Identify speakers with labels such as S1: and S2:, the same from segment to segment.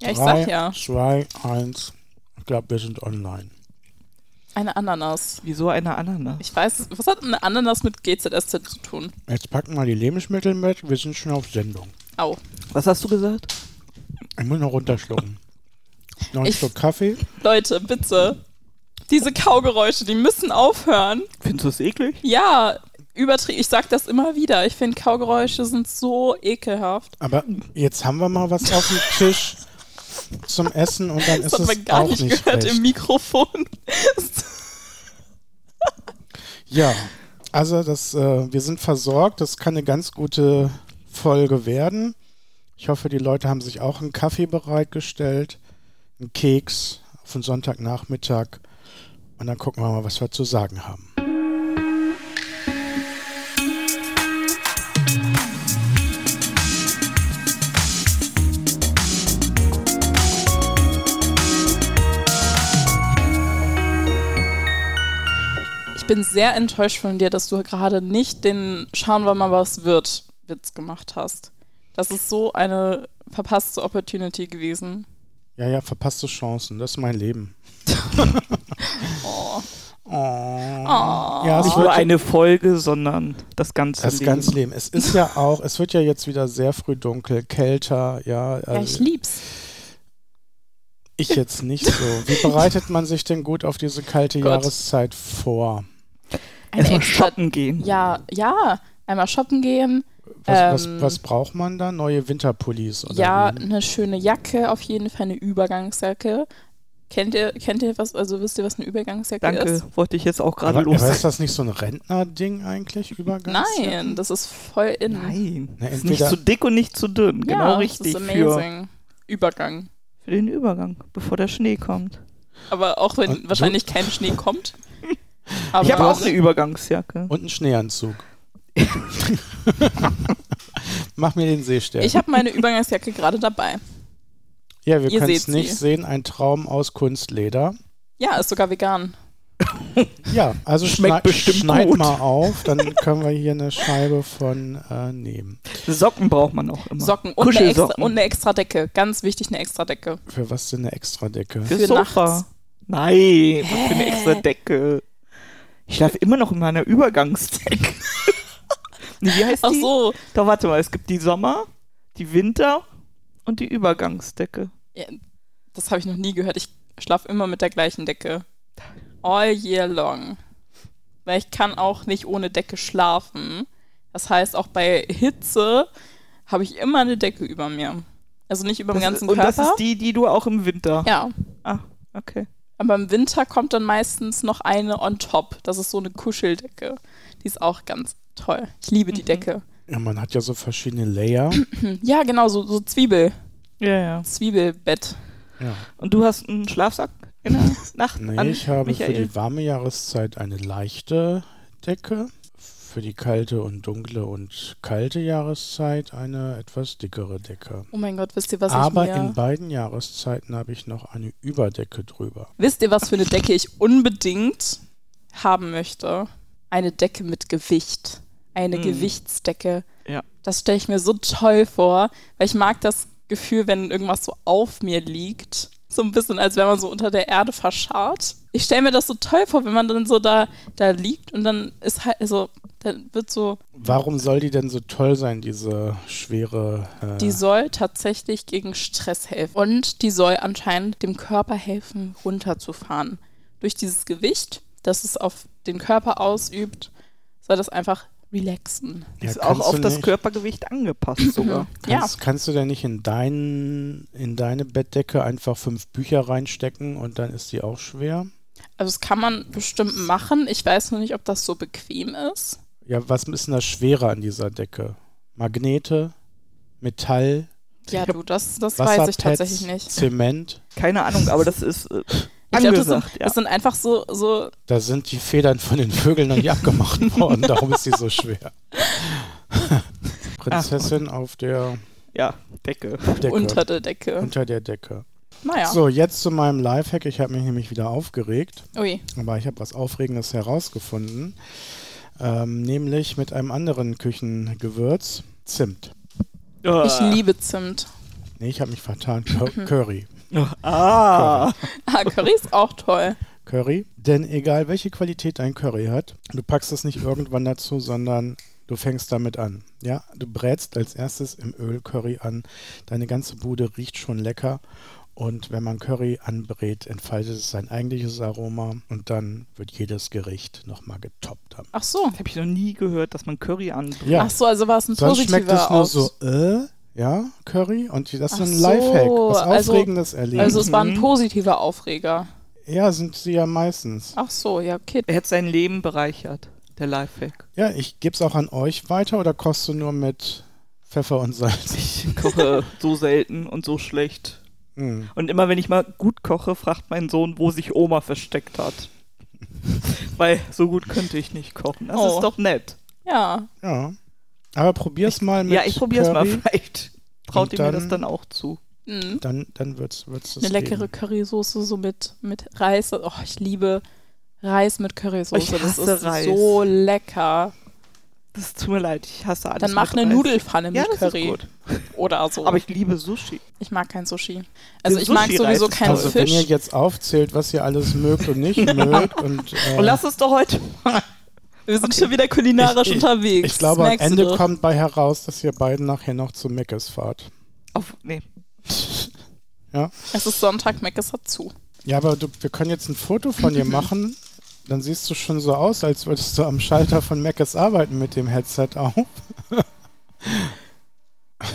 S1: Ja, ich
S2: Drei,
S1: sag ja.
S2: Zwei, eins. Ich glaube, wir sind online.
S1: Eine Ananas.
S3: Wieso ne? eine Ananas?
S1: Ich weiß, was hat eine Ananas mit GZSZ zu tun?
S2: Jetzt packen wir die Lebensmittel mit. Wir sind schon auf Sendung.
S1: Au.
S3: Was hast du gesagt?
S2: Ich muss noch runterschlucken. Noch ein
S1: Ich-
S2: Schluck Kaffee.
S1: Leute, bitte. Diese Kaugeräusche, die müssen aufhören.
S3: Findest du es eklig?
S1: Ja, übertrieben. Ich sag das immer wieder. Ich finde Kaugeräusche sind so ekelhaft.
S2: Aber jetzt haben wir mal was auf dem Tisch zum Essen und dann
S1: Das
S2: ist
S1: hat
S2: es
S1: man gar
S2: auch
S1: nicht
S2: nicht
S1: gehört
S2: schlecht.
S1: im Mikrofon.
S2: Ja, also das, äh, wir sind versorgt. Das kann eine ganz gute Folge werden. Ich hoffe, die Leute haben sich auch einen Kaffee bereitgestellt, einen Keks auf den Sonntagnachmittag. Und dann gucken wir mal, was wir zu sagen haben.
S1: Ich bin sehr enttäuscht von dir, dass du gerade nicht den Schauen wir mal, was wird Witz gemacht hast. Das ist so eine verpasste Opportunity gewesen.
S2: Ja, ja, verpasste Chancen. Das ist mein Leben. oh.
S1: Ah.
S2: Ja, es
S3: Nicht nur
S2: wird,
S3: eine Folge, sondern das ganze
S2: das
S3: Leben.
S2: ganze Leben. Es ist ja auch, es wird ja jetzt wieder sehr früh dunkel, kälter, ja.
S1: Ja, ich
S2: Also
S1: lieb's.
S2: ich jetzt nicht so. Wie bereitet man sich denn gut auf diese kalte
S1: Gott.
S2: Jahreszeit vor?
S3: Erstmal shoppen gehen.
S1: Ja, ja. Einmal shoppen gehen.
S2: Was,
S1: Ähm.
S2: was, was braucht man da? Neue Winterpullis oder
S1: ja,
S2: wie?
S1: eine schöne Jacke, auf jeden Fall eine Übergangsjacke. Kennt ihr, kennt ihr was, also wisst ihr, was eine Übergangsjacke
S3: Danke,
S1: ist?
S3: wollte ich jetzt auch gerade
S2: aber,
S3: los.
S2: aber ist das nicht so ein Rentner-Ding eigentlich? Übergangs
S1: Nein, das ist voll in.
S3: Nein,
S2: Na,
S3: ist
S2: entweder-
S3: nicht zu dick und nicht zu dünn.
S1: Ja,
S3: genau
S1: Das
S3: richtig
S1: ist
S3: für,
S1: amazing. Übergang.
S3: für den Übergang, bevor der Schnee kommt.
S1: Aber auch wenn
S2: Und du-
S1: wahrscheinlich kein Schnee kommt. Aber
S3: ich habe auch eine Übergangsjacke.
S2: Und ein Schneeanzug. Mach mir den Seestern.
S1: Ich habe meine Übergangsjacke gerade dabei.
S2: Ja, wir
S1: Ihr
S2: können es
S1: seht
S2: nicht
S1: sie.
S2: sehen. Ein Traum aus Kunstleder.
S1: Ja, ist sogar vegan.
S2: Ja, also
S3: Schmeckt
S2: schneid,
S3: bestimmt
S2: schneid
S3: gut.
S2: mal auf, dann können wir hier eine Scheibe von äh, nehmen.
S3: Socken braucht man auch immer.
S1: Socken und eine, extra,
S3: Kuschelsocken.
S1: und eine extra Decke. Ganz wichtig, eine extra Decke.
S2: Für was denn eine Extradecke?
S3: Fürs
S1: für
S3: Sofa.
S1: nachts.
S3: Nein, was für eine extra Decke. Ich schlafe immer noch in meiner Übergangsdecke. nee, wie heißt
S1: Ach
S3: die?
S1: so.
S3: Da warte mal, es gibt die Sommer, die Winter und die Übergangsdecke.
S1: Ja, das habe ich noch nie gehört. Ich schlafe immer mit der gleichen Decke. All year long. Weil ich kann auch nicht ohne Decke schlafen. Das heißt, auch bei Hitze habe ich immer eine Decke über mir. Also nicht über dem
S3: Das-
S1: ganzen
S3: und
S1: Körper.
S3: das ist die, die du auch im Winter.
S1: ja.
S3: Ah, okay.
S1: Aber im Winter kommt dann meistens noch eine on top. Das ist so eine Kuscheldecke. Die ist auch ganz toll. Ich liebe
S3: Mhm.
S1: die Decke.
S2: Ja, man hat ja so verschiedene Layer.
S1: Hm, Ja, genau, so, so Zwiebel.
S3: Ja, ja.
S1: Zwiebelbett.
S2: Ja.
S3: Und du hast einen Schlafsack in der Nacht
S2: Nee,
S3: an,
S2: ich habe für
S3: Michael?
S2: die warme Jahreszeit eine leichte Decke, für die kalte und dunkle und kalte Jahreszeit eine etwas dickere Decke.
S1: Oh mein Gott, wisst ihr, was
S2: Aber
S1: ich
S2: in
S1: mir...
S2: beiden Jahreszeiten habe ich noch eine Überdecke drüber.
S1: Wisst ihr, was für eine Decke ich unbedingt haben möchte? Eine Decke mit Gewicht. Eine
S3: Mm.
S1: Gewichtsdecke.
S3: Ja.
S1: Das stelle ich mir so toll vor, weil ich mag das Gefühl, wenn irgendwas so auf mir liegt. So ein bisschen, als wäre man so unter der Erde verscharrt. Ich stelle mir das so toll vor, wenn man dann so da, da liegt und dann ist halt, also, dann wird so,
S3: Mhm.
S2: Warum soll die denn so toll sein, diese schwere... Äh,
S1: die soll tatsächlich gegen Stress helfen. Und die soll anscheinend dem Körper helfen, runterzufahren. Durch dieses Gewicht, das es auf den Körper ausübt, soll das einfach relaxen.
S2: ja,
S3: ist auch
S2: kannst
S3: auf
S2: du
S3: das
S2: nicht-
S3: Körpergewicht angepasst sogar.
S2: Kannst, kannst du denn nicht in, dein, in deine Bettdecke einfach fünf Bücher reinstecken und dann ist die auch schwer?
S1: Also das kann man bestimmt machen. Ich weiß nur nicht, ob das so bequem ist.
S2: Ja, was ist denn das Schwere an dieser Decke? Magnete, Metall,
S1: Ja, du, das, das weiß ich
S2: Wasserpads,
S1: tatsächlich nicht.
S2: Zement?
S3: Keine Ahnung, aber das ist äh,
S1: Ich glaube, das, sind-
S3: angesagt.
S1: das sind einfach so, so
S2: Da sind die Federn von den Vögeln noch nicht abgemacht worden, darum ist sie so schwer. Prinzessin auf der
S3: ja. ja, Decke.
S2: Decke.
S1: unter der Decke.
S2: unter der Decke.
S1: Naja,
S2: So, jetzt zu meinem Lifehack. Ich habe mich nämlich wieder aufgeregt.
S1: ui.
S2: Aber ich habe was Aufregendes herausgefunden, ähm, nämlich mit einem anderen Küchengewürz, Zimt.
S3: Ah.
S1: Ich liebe Zimt.
S2: Nee, ich habe mich vertan. Cur- Curry.
S3: Ah.
S1: Ah, Curry ist auch toll.
S2: Curry. Denn egal welche Qualität dein Curry hat, du packst es nicht irgendwann dazu, sondern du fängst damit an. Ja, du brätst als erstes im Öl Curry an. Deine ganze Bude riecht schon lecker. Und wenn man Curry anbrät, entfaltet es sein eigentliches Aroma und dann wird jedes Gericht nochmal getoppt. damit.
S1: Ach so.
S3: Das habe ich noch nie gehört, dass man Curry anbringt.
S2: Ja,
S1: Ach so, also war es ein
S2: sonst schmeckt es
S1: positiver
S2: nur
S1: Aus.
S2: so, äh, ja, Curry. Und das ist
S1: Ach
S2: ein
S1: so,
S2: Lifehack, was
S1: also-
S2: Aufregendes erleben.
S1: Also es war ein
S3: Mhm.
S1: positiver Aufreger.
S2: ja, sind sie ja meistens.
S1: Ach so, ja, okay.
S3: Er hat sein Leben bereichert, der Lifehack.
S2: Ja, ich gebe es auch an euch weiter oder kochst du nur mit Pfeffer und Salz?
S3: Ich koche so selten und so schlecht.
S2: Hm.
S3: Und immer wenn ich mal gut koche, fragt mein Sohn, wo sich Oma versteckt hat. Weil so gut könnte ich nicht kochen. Das
S1: Oh.
S3: ist doch nett.
S1: Ja.
S2: Ja. Aber probier's mal mit
S3: ja, ich probier's mal.
S2: Curry.
S3: Vielleicht traut
S2: Und
S3: ihr mir das
S2: dann-
S3: dann auch zu.
S1: Mhm.
S2: Dann, dann wird's, wird's es
S1: Eine leckere
S2: geben.
S1: Currysoße so mit, mit Reis. Oh, ich liebe Reis mit
S2: Oh,
S1: Currysoße.
S3: Ich
S1: das
S3: hasse
S1: ist
S3: Reis.
S1: so
S2: Ah,
S1: lecker.
S3: Das tut mir leid, ich hasse alles.
S1: Dann mach
S3: mit
S1: eine
S3: Reis.
S1: Nudelpfanne
S3: Ja,
S1: mit
S3: das
S1: Curry Oh.
S3: ist gut.
S1: oder so.
S3: Aber ich liebe Sushi.
S1: ich mag kein Sushi. Also ich
S3: Sushi-Reis
S1: mag sowieso
S3: ist
S1: keinen
S2: Also wenn ihr
S1: Fisch.
S2: jetzt aufzählt, was ihr alles mögt und nicht mögt und, äh,
S3: Und lass es doch heute mal.
S1: Wir sind schon wieder kulinarisch
S2: Ich- ich-
S1: unterwegs.
S2: ich glaube,
S1: Das
S2: am
S1: merkst du
S2: Ende
S1: doch.
S2: kommt bei heraus, dass ihr beiden nachher noch zu Meckes fahrt.
S3: Auf, nee.
S1: Es ist Sonntag, Mac ist hat zu.
S2: Ja, aber du, wir können jetzt ein Foto von dir machen. Dann siehst du schon so aus, als würdest du am Schalter von Meckes arbeiten mit dem Headset auf.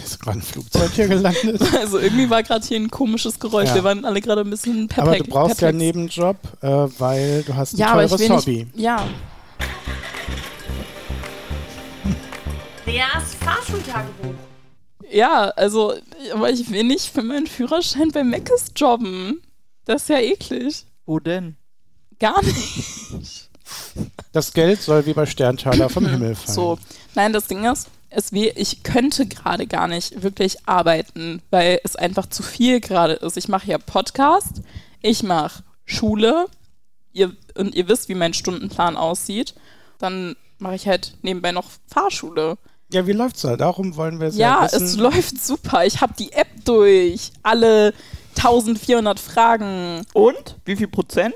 S2: Ist gerade ein Flugzeug hier gelandet.
S1: Also irgendwie war gerade hier ein komisches Geräusch.
S2: Ja.
S1: Wir waren alle gerade ein bisschen perplex.
S2: Aber du brauchst ja
S1: perplex.
S2: einen Nebenjob, äh, weil du hast ein
S1: ja, aber ich
S2: teures
S1: will
S2: Hobby.
S1: Nicht, ja,
S4: Das Fahrschultagebuch.
S1: ja, also aber ich will nicht für meinen Führerschein bei Meckes jobben. Das ist ja eklig.
S3: Wo denn?
S1: Gar nicht
S2: Das Geld soll wie bei Sterntaler vom Himmel fallen.
S1: so. Nein, das Ding ist, es weh, ich könnte gerade gar nicht wirklich arbeiten, weil es einfach zu viel gerade ist. Ich mache ja Podcast, ich mache Schule ihr, und ihr wisst, wie mein Stundenplan aussieht. Dann mache ich halt nebenbei noch Fahrschule.
S2: Ja, wie läuft's da? Darum wollen wir es ja,
S1: Ja,
S2: wissen.
S1: es läuft super. Ich habe die App durch. Alle 1400 Fragen.
S3: Und? Wie viel Prozent?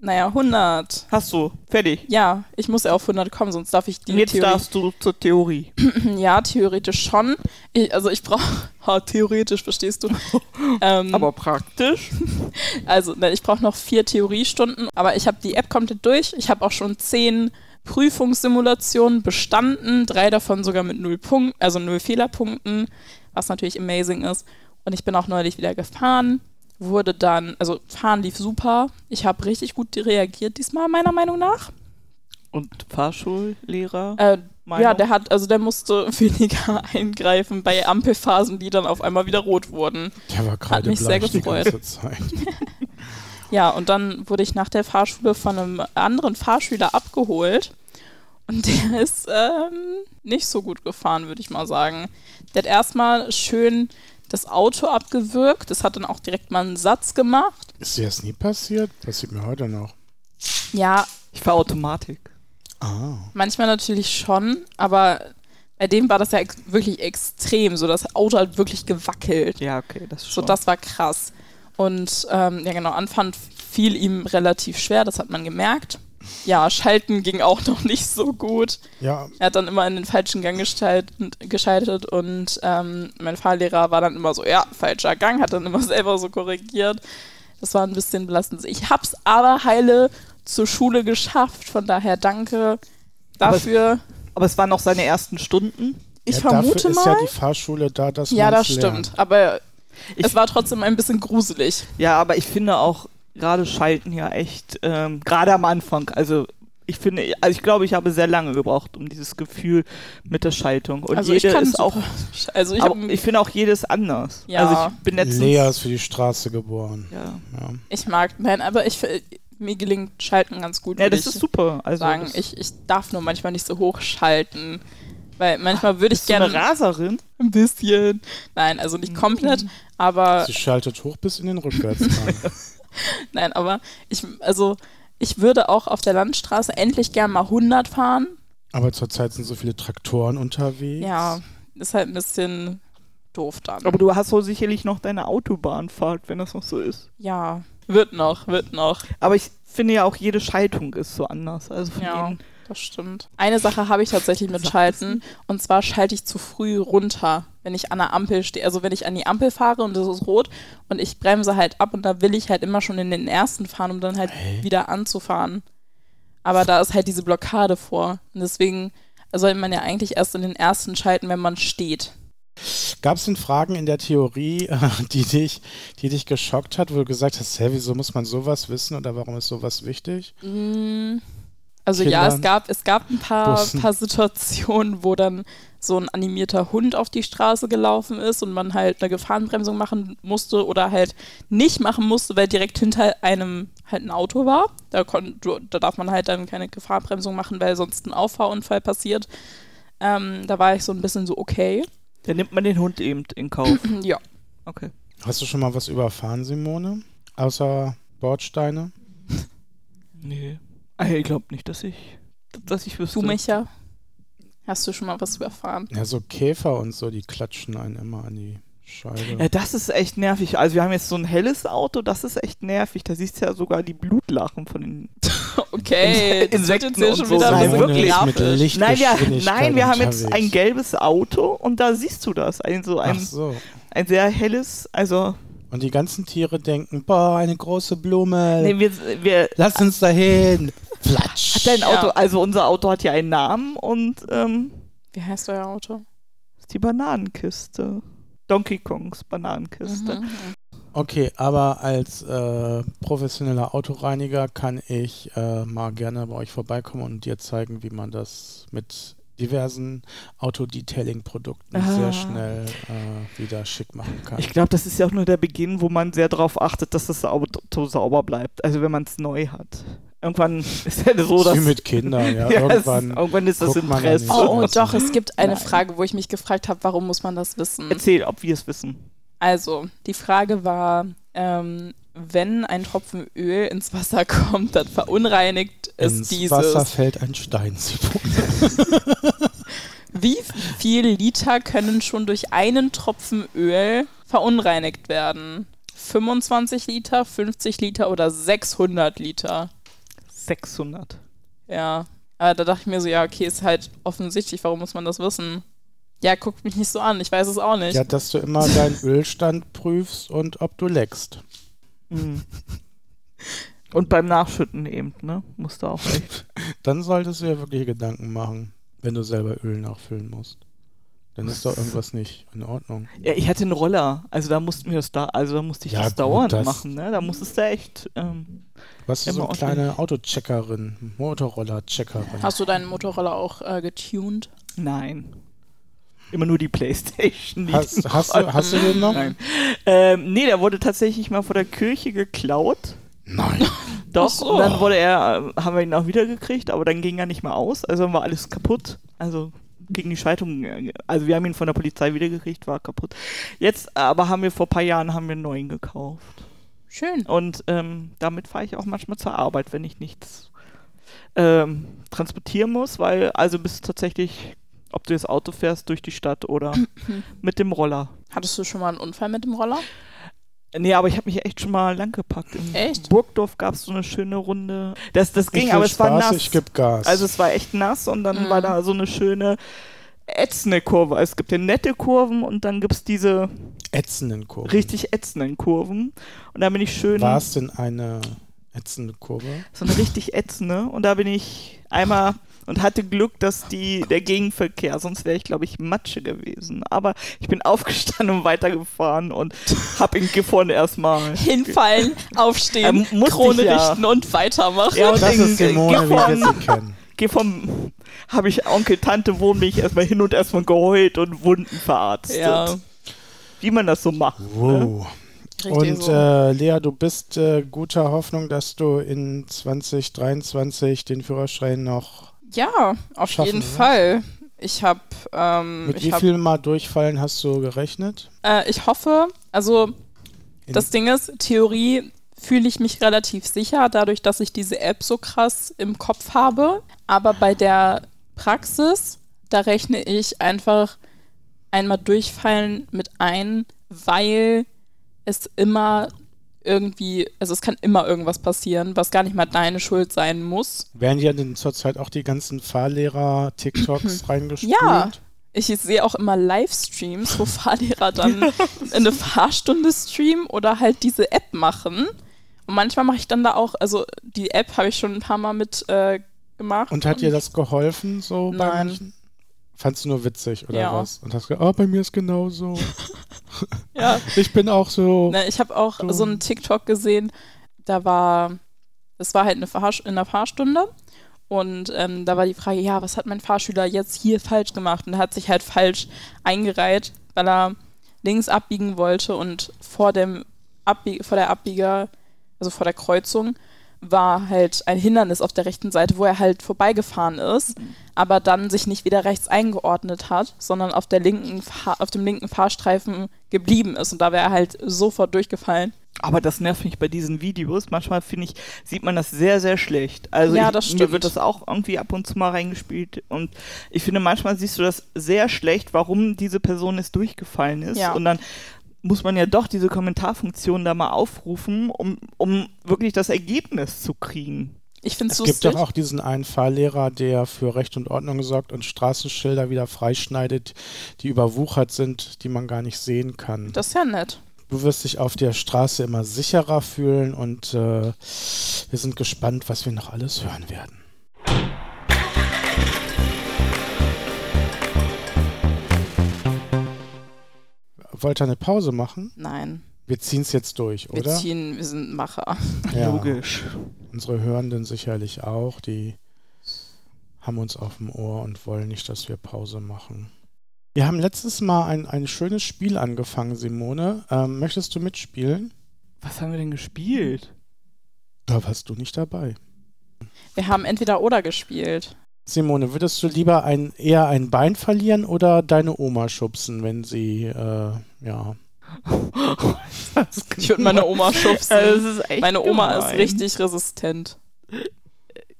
S1: Naja, 100.
S3: Hast du. Fertig.
S1: Ja, ich muss ja auf 100 kommen, sonst darf ich die
S3: Jetzt
S1: Theorie.
S3: darfst du zur Theorie.
S1: Ja, theoretisch schon. Ich, also ich brauche, ha, theoretisch, verstehst du? ähm,
S3: Aber praktisch.
S1: also ne, ich brauche noch vier Theoriestunden, aber ich habe die App komplett durch. Ich habe auch schon zehn Prüfungssimulationen bestanden, drei davon sogar mit null Punkten, also null Fehlerpunkten, was natürlich amazing ist. Und ich bin auch neulich wieder gefahren, wurde dann, also fahren lief super. Ich habe richtig gut reagiert diesmal, meiner Meinung nach.
S3: Und Fahrschullehrer?
S1: Äh,
S3: Meinung?
S1: Ja, der hat, also der musste weniger eingreifen bei Ampelphasen, die dann auf einmal wieder rot wurden.
S2: Der war gerade
S1: mich sehr
S2: bleich die
S1: gefreut.
S2: ganze Zeit.
S1: Ja, und dann wurde ich nach der Fahrschule von einem anderen Fahrschüler abgeholt. Und der ist ähm, nicht so gut gefahren, würde ich mal sagen. Der hat erstmal schön das Auto abgewürgt. Das hat dann auch direkt mal einen Satz gemacht.
S2: Ist dir das nie passiert? Passiert mir heute noch.
S1: Ja,
S3: ich fahre Automatik.
S2: Ah.
S1: Manchmal natürlich schon, aber bei dem war das ja ex wirklich extrem. So, das Auto hat wirklich gewackelt.
S3: Ja, okay, das schon.
S1: So, das war krass. Und ähm, ja, genau, Anfang fiel ihm relativ schwer, das hat man gemerkt. Ja, Schalten ging auch noch nicht so gut.
S2: Ja,
S1: Er hat dann immer in den falschen Gang gestalt- geschaltet und ähm, mein Fahrlehrer war dann immer so, ja, falscher Gang, hat dann immer selber so korrigiert. Das war ein bisschen belastend. Ich hab's aber heile zur Schule geschafft, von daher danke
S3: Aber-
S1: dafür.
S3: Aber es waren auch seine ersten Stunden.
S1: Ich
S2: ja
S1: vermute
S2: dafür
S1: mal.
S2: ist ja die Fahrschule da, dass
S1: Ja, das
S2: man's
S1: stimmt.
S2: lernt.
S1: Aber
S3: Ich-
S1: es war trotzdem ein bisschen gruselig.
S3: Ja, aber ich finde auch gerade Schalten ja echt, ähm, gerade am Anfang, also ich finde, also ich glaube, ich habe sehr lange gebraucht, um dieses Gefühl mit der Schaltung. Und
S1: also ich
S3: jede
S1: kann
S3: ist auch,
S1: super- Also ich, hab,
S3: aber ich finde auch jedes anders.
S1: Ja.
S3: Also ich bin letztens,
S2: Lea ist für die Straße geboren.
S3: ja.
S2: Ja.
S1: ich mag, nein, aber ich äh, mir gelingt Schalten ganz gut.
S3: ja,
S1: würde
S3: das
S1: ich
S3: ist super. Also
S1: sagen.
S3: das-
S1: Ich, ich darf nur manchmal nicht so hoch schalten. Weil manchmal würde ich
S3: bist du Mhm. eine
S1: gerne
S3: Raserin?
S1: ein bisschen. Nein, also nicht komplett, aber
S2: Sie schaltet hoch bis in den Rückwärtsgang.
S1: nein, aber ich also ich würde auch auf der Landstraße endlich gern mal 100 fahren.
S2: Aber zurzeit sind so viele Traktoren unterwegs.
S1: Ja, ist halt ein bisschen doof dann.
S3: Aber du hast wohl sicherlich noch deine Autobahnfahrt, wenn das noch so ist.
S1: Ja, wird noch, wird noch.
S3: Aber ich finde ja auch, jede Schaltung ist so anders. Also von
S1: Ja,
S3: denen-
S1: das stimmt. Eine Sache habe ich tatsächlich mit Schalten und zwar schalte ich zu früh runter, wenn ich an der Ampel stehe. Also wenn ich an die Ampel fahre und das ist rot und ich bremse halt ab und da will ich halt immer schon in den ersten fahren, um dann halt wieder anzufahren. Aber da ist halt diese Blockade vor und deswegen sollte man ja eigentlich erst in den ersten schalten, wenn man steht.
S2: Gab es denn Fragen in der Theorie, äh, die dich, die dich geschockt hat, wo du gesagt hast, hä, wieso muss man sowas wissen oder warum ist sowas wichtig?
S1: Mm, Also ja,
S2: Kindern,
S1: es gab, es gab ein paar,
S2: Bussen.
S1: paar Situationen, wo dann so ein animierter Hund auf die Straße gelaufen ist und man halt eine Gefahrenbremsung machen musste oder halt nicht machen musste, weil direkt hinter einem halt ein Auto war. Da, kon, du- da darf man halt dann keine Gefahrenbremsung machen, weil sonst ein Auffahrunfall passiert. Ähm, da war ich so ein bisschen so, okay.
S3: Dann nimmt man den Hund eben in Kauf.
S1: Ja.
S3: Okay.
S2: Hast du schon mal was überfahren, Simone? Außer Bordsteine?
S3: Nee. Ah, Ich glaube nicht, dass ich, dass ich wüsste.
S1: Du, Micha, hast du schon mal was überfahren?
S2: Ja, so Käfer und so, die klatschen einen immer an die Scheibe.
S3: Ja, das ist echt nervig. Also wir haben jetzt so ein helles Auto, das ist echt nervig. Da siehst du ja sogar die Blutlachen von den.
S1: Okay,
S3: Inse-
S1: das wird jetzt
S3: Insekten
S1: hier
S3: und
S1: schon
S3: so.
S1: wieder ein
S3: Nein,
S1: bisschen
S3: wirklich
S2: ist mit
S1: grafisch.
S3: Nein, wir,
S2: Lichtgeschwindigkeit
S3: nein, wir haben jetzt ein
S2: unterwegs.
S3: gelbes Auto und da siehst du das. Ein, so ein,
S2: Ach so.
S3: ein sehr helles, also
S2: Und die ganzen Tiere denken, boah, eine große Blume.
S3: nee, wir, wir
S2: Lass uns dahin. Platsch.
S3: dein
S1: Ja.
S3: Auto, also unser Auto hat ja einen Namen und ähm,
S1: Wie heißt euer Auto?
S3: ist die Bananenkiste. Donkey Kongs
S2: Mhm.
S3: Bananenkiste.
S1: Mhm.
S2: Okay, aber als äh, professioneller Autoreiniger kann ich äh, mal gerne bei euch vorbeikommen und dir zeigen, wie man das mit diversen Autodetailing-Produkten
S3: Ah.
S2: sehr schnell äh, wieder schick machen kann.
S3: Ich glaube, das ist ja auch nur der Beginn, wo man sehr darauf achtet, dass das Auto sauber bleibt. Also wenn man es neu hat. Irgendwann ist ja so, dass
S2: Wie mit Kindern, ja.
S3: Ja, es ist-
S2: irgendwann.
S3: irgendwann ist das
S2: guckt man
S3: Interesse.
S2: da nicht
S1: Oh,
S2: mehr zu.
S1: doch, es gibt eine
S3: Nein.
S1: Frage, wo ich mich gefragt habe, warum muss man das wissen?
S3: Erzähl, ob wir es wissen.
S1: Also, die Frage war, ähm, wenn ein Tropfen Öl ins Wasser kommt, dann verunreinigt es
S2: Ins
S1: dieses.
S2: Wasser fällt ein Stein. Simone.
S1: Wie viel Liter können schon durch einen Tropfen Öl verunreinigt werden? 25 Liter, 50 Liter oder 600 Liter?
S3: 600.
S1: Ja, aber da dachte ich mir so, ja, okay, ist halt offensichtlich, warum muss man das wissen? Ja, guckt mich nicht so an, ich weiß es auch nicht.
S2: Ja, dass du immer deinen Ölstand prüfst und ob du leckst.
S3: Mhm. Und beim Nachschütten eben, ne? Musst du auch echt.
S2: Dann solltest du dir wirklich Gedanken machen, wenn du selber Öl nachfüllen musst. Dann ist doch irgendwas nicht in Ordnung.
S3: Ja, ich hatte einen Roller, also da mussten wir das da, also da musste ich
S2: Ja,
S3: das
S2: gut,
S3: dauernd
S2: das-
S3: machen, ne? Da musstest du echt. Ähm,
S2: Was ist so
S3: Immer
S2: eine kleine Autocheckerin, Motorroller-Checkerin?
S1: Hast du deinen Motorroller auch äh, getuned?
S3: nein. Immer nur die Playstation. Die
S2: Hast, hast, du, hast du den noch?
S3: Nein. Ähm, nee, der wurde tatsächlich mal vor der Kirche geklaut.
S2: Nein.
S3: Doch,
S1: Ach so.
S3: und dann wurde er, äh, haben wir ihn auch wiedergekriegt, aber dann ging er nicht mehr aus, also war alles kaputt. Also gegen die Schaltung, äh, also wir haben ihn von der Polizei wiedergekriegt, war kaputt. Jetzt aber haben wir vor ein paar Jahren haben wir einen neuen gekauft.
S1: Schön.
S3: Und ähm, damit fahre ich auch manchmal zur Arbeit, wenn ich nichts ähm, transportieren muss, weil also bist du tatsächlich, ob du das Auto fährst durch die Stadt oder mit dem Roller.
S1: Hattest du schon mal einen Unfall mit dem Roller?
S3: Nee, aber ich habe mich echt schon mal langgepackt. In
S1: Echt?
S3: Burgdorf gab es so eine schöne Runde. Das, das
S2: Ich
S3: ging,
S2: will
S3: aber es
S2: Spaß,
S3: war nass.
S2: Ich geb Gas.
S3: Also es war echt nass und dann
S1: Mhm.
S3: war da so eine schöne ätzende Kurve. Also Es gibt ja nette Kurven und dann gibt es diese
S2: ätzenden Kurve.
S3: richtig ätzenden Kurven. Und da bin ich schön,
S2: War es denn eine ätzende Kurve?
S3: so eine richtig ätzende. Und da bin ich einmal und hatte Glück, dass die, der Gegenverkehr, sonst wäre ich, glaube ich, Matsche gewesen. Aber ich bin aufgestanden und weitergefahren und habe ihn vorne erstmal
S1: Hinfallen, aufstehen,
S3: Ähm, musste
S1: Krone
S3: ich ja.
S1: richten und weitermachen.
S3: Ja, und
S2: Das
S3: den-
S2: ist Simone, wie wir
S3: gefahren.
S2: sie kennen.
S3: Geh vom, habe ich Onkel, Tante, wo bin ich erstmal hin und erstmal geheult und Wunden verarztet.
S1: Ja,
S3: Wie man das so macht.
S2: Wow.
S1: richtig
S2: Und
S1: so.
S2: äh, Lea, du bist äh, guter Hoffnung, dass du in 2023 den Führerschein noch.
S1: ja, auf
S2: schaffen
S1: jeden
S2: wir das?
S1: Fall. Ich habe, ähm,
S2: Mit
S1: ich,
S2: wie
S1: hab,
S2: viel Mal durchfallen hast du gerechnet?
S1: äh, ich hoffe, also
S2: In-
S1: das Ding ist, Theorie fühle ich mich relativ sicher, dadurch, dass ich diese App so krass im Kopf habe. Aber bei der Praxis, da rechne ich einfach einmal durchfallen mit ein, weil es immer irgendwie, also es kann immer irgendwas passieren, was gar nicht mal deine Schuld sein muss.
S2: Werden ja in zur Zeit auch die ganzen Fahrlehrer-TikToks reingespült?
S1: Mhm. Ja. Ich sehe auch immer Livestreams, wo Fahrlehrer dann in eine Fahrstunde streamen oder halt diese App machen. Und manchmal mache ich dann da auch, also die App habe ich schon ein paar Mal mit äh, gemacht.
S2: Und hat dir das geholfen so bei
S1: Nein.
S2: manchen? Fandst du nur witzig oder
S1: Ja.
S2: was? Und hast gesagt, ah, bei mir ist genauso.
S1: Ja,
S2: Ich bin auch so.
S1: Ne, ich habe auch so einen TikTok gesehen, da war, das war halt eine Fahrsch in der Fahrstunde und ähm, da war die Frage, ja, was hat mein Fahrschüler jetzt hier falsch gemacht? Und er hat sich halt falsch eingereiht, weil er links abbiegen wollte und vor dem Abbie vor der Abbieger, also vor der Kreuzung, war halt ein Hindernis auf der rechten Seite, wo er halt vorbeigefahren ist, aber dann sich nicht wieder rechts eingeordnet hat, sondern auf, der linken Fa- auf dem linken Fahrstreifen geblieben ist. Und da wäre er halt sofort durchgefallen.
S3: Aber das nervt mich bei diesen Videos. Manchmal finde ich, sieht man das sehr, sehr schlecht. Also
S1: Ja,
S3: ich,
S1: das
S3: mir
S1: stimmt.
S3: wird das auch irgendwie ab und zu mal reingespielt. Und ich finde, manchmal siehst du das sehr schlecht, warum diese Person es durchgefallen ist.
S1: Ja.
S3: Und dann muss man ja doch diese Kommentarfunktion da mal aufrufen, um, um wirklich das Ergebnis zu kriegen.
S1: Ich finde
S2: Es
S1: es
S2: gibt
S1: lustig.
S2: doch auch diesen einen Fahrlehrer, der für Recht und Ordnung sorgt und Straßenschilder wieder freischneidet, die überwuchert sind, die man gar nicht sehen kann.
S1: das ist ja nett.
S2: Du wirst dich auf der Straße immer sicherer fühlen und äh, wir sind gespannt, was wir noch alles hören werden. Wollt ihr eine Pause machen?
S1: Nein,
S2: Wir ziehen es jetzt durch,
S1: wir
S2: oder?
S1: ziehen, wir sind Macher.
S2: Ja.
S3: Logisch.
S2: Unsere Hörenden sicherlich auch, die haben uns auf dem Ohr und wollen nicht, dass wir Pause machen. Wir haben letztes Mal ein, ein schönes Spiel angefangen, Simone. Ähm, möchtest du mitspielen?
S3: Was haben wir denn gespielt?
S2: Da warst du nicht dabei.
S1: Wir haben entweder oder gespielt.
S2: Simone, würdest du lieber ein, eher ein Bein verlieren oder deine Oma schubsen, wenn sie, äh, ja.
S1: Ich würde meine Oma schubsen.
S3: Also, das ist echt
S1: meine Oma ist
S3: gemein.
S1: richtig resistent.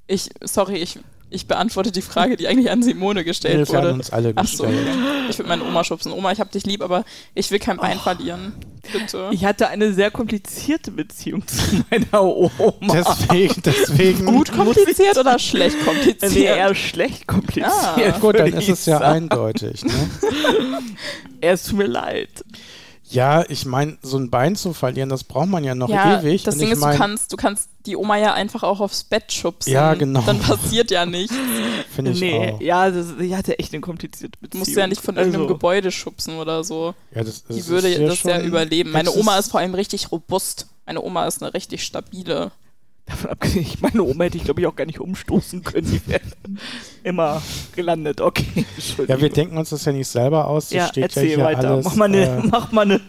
S1: Ich, sorry, ich, ich beantworte die Frage, die eigentlich an Simone
S2: Nee,
S1: gestellt
S2: wir haben
S1: wurde.
S2: uns alle
S1: Ach so,
S2: gestellt.
S1: ich würde meine Oma schubsen. Oma, ich hab dich lieb, aber ich will kein Bein verlieren. Bitte.
S3: Oh. Ich hatte eine sehr komplizierte Beziehung zu meiner Oma.
S2: Deswegen, deswegen.
S1: Gut kompliziert oder schlecht kompliziert?
S3: Nee, eher schlecht kompliziert.
S1: Ah.
S2: Gut, dann
S3: würde
S2: ist
S3: ich
S2: es ja
S3: sagen.
S2: eindeutig. Ne?
S3: Ja, Es tut mir leid.
S2: Ja, ich meine, so ein Bein zu verlieren, das braucht man ja noch
S1: ja,
S2: ewig.
S1: das
S2: Und
S1: Ding
S2: ich
S1: ist,
S2: mein,
S1: du kannst, du kannst die Oma ja einfach auch aufs Bett schubsen.
S2: Ja, genau.
S1: Dann passiert ja nichts.
S2: Finde ich
S3: nee,
S2: auch.
S3: ja, das, ich hatte echt eine komplizierte
S1: Du
S3: Beziehung. Also,
S1: musst ja nicht von irgendeinem Gebäude schubsen oder so.
S2: Ja, das,
S1: Die
S2: das
S1: würde
S2: also ist hier
S1: das ja
S2: schon-
S1: überleben. Meine
S2: Das
S1: Oma ist vor allem richtig robust. Meine Oma ist eine richtig stabile.
S3: Davon abgesehen, ich meine Oma hätte ich, glaube ich, auch gar nicht umstoßen können. Die wäre immer gelandet. Okay, Entschuldigung.
S2: Ja, wir denken uns das ja nicht selber aus. Das
S3: Ja,
S2: steht ja
S3: erzähl
S2: hier
S3: weiter.
S2: alles.
S3: mach mal eine,
S2: äh,
S3: mach mal eine,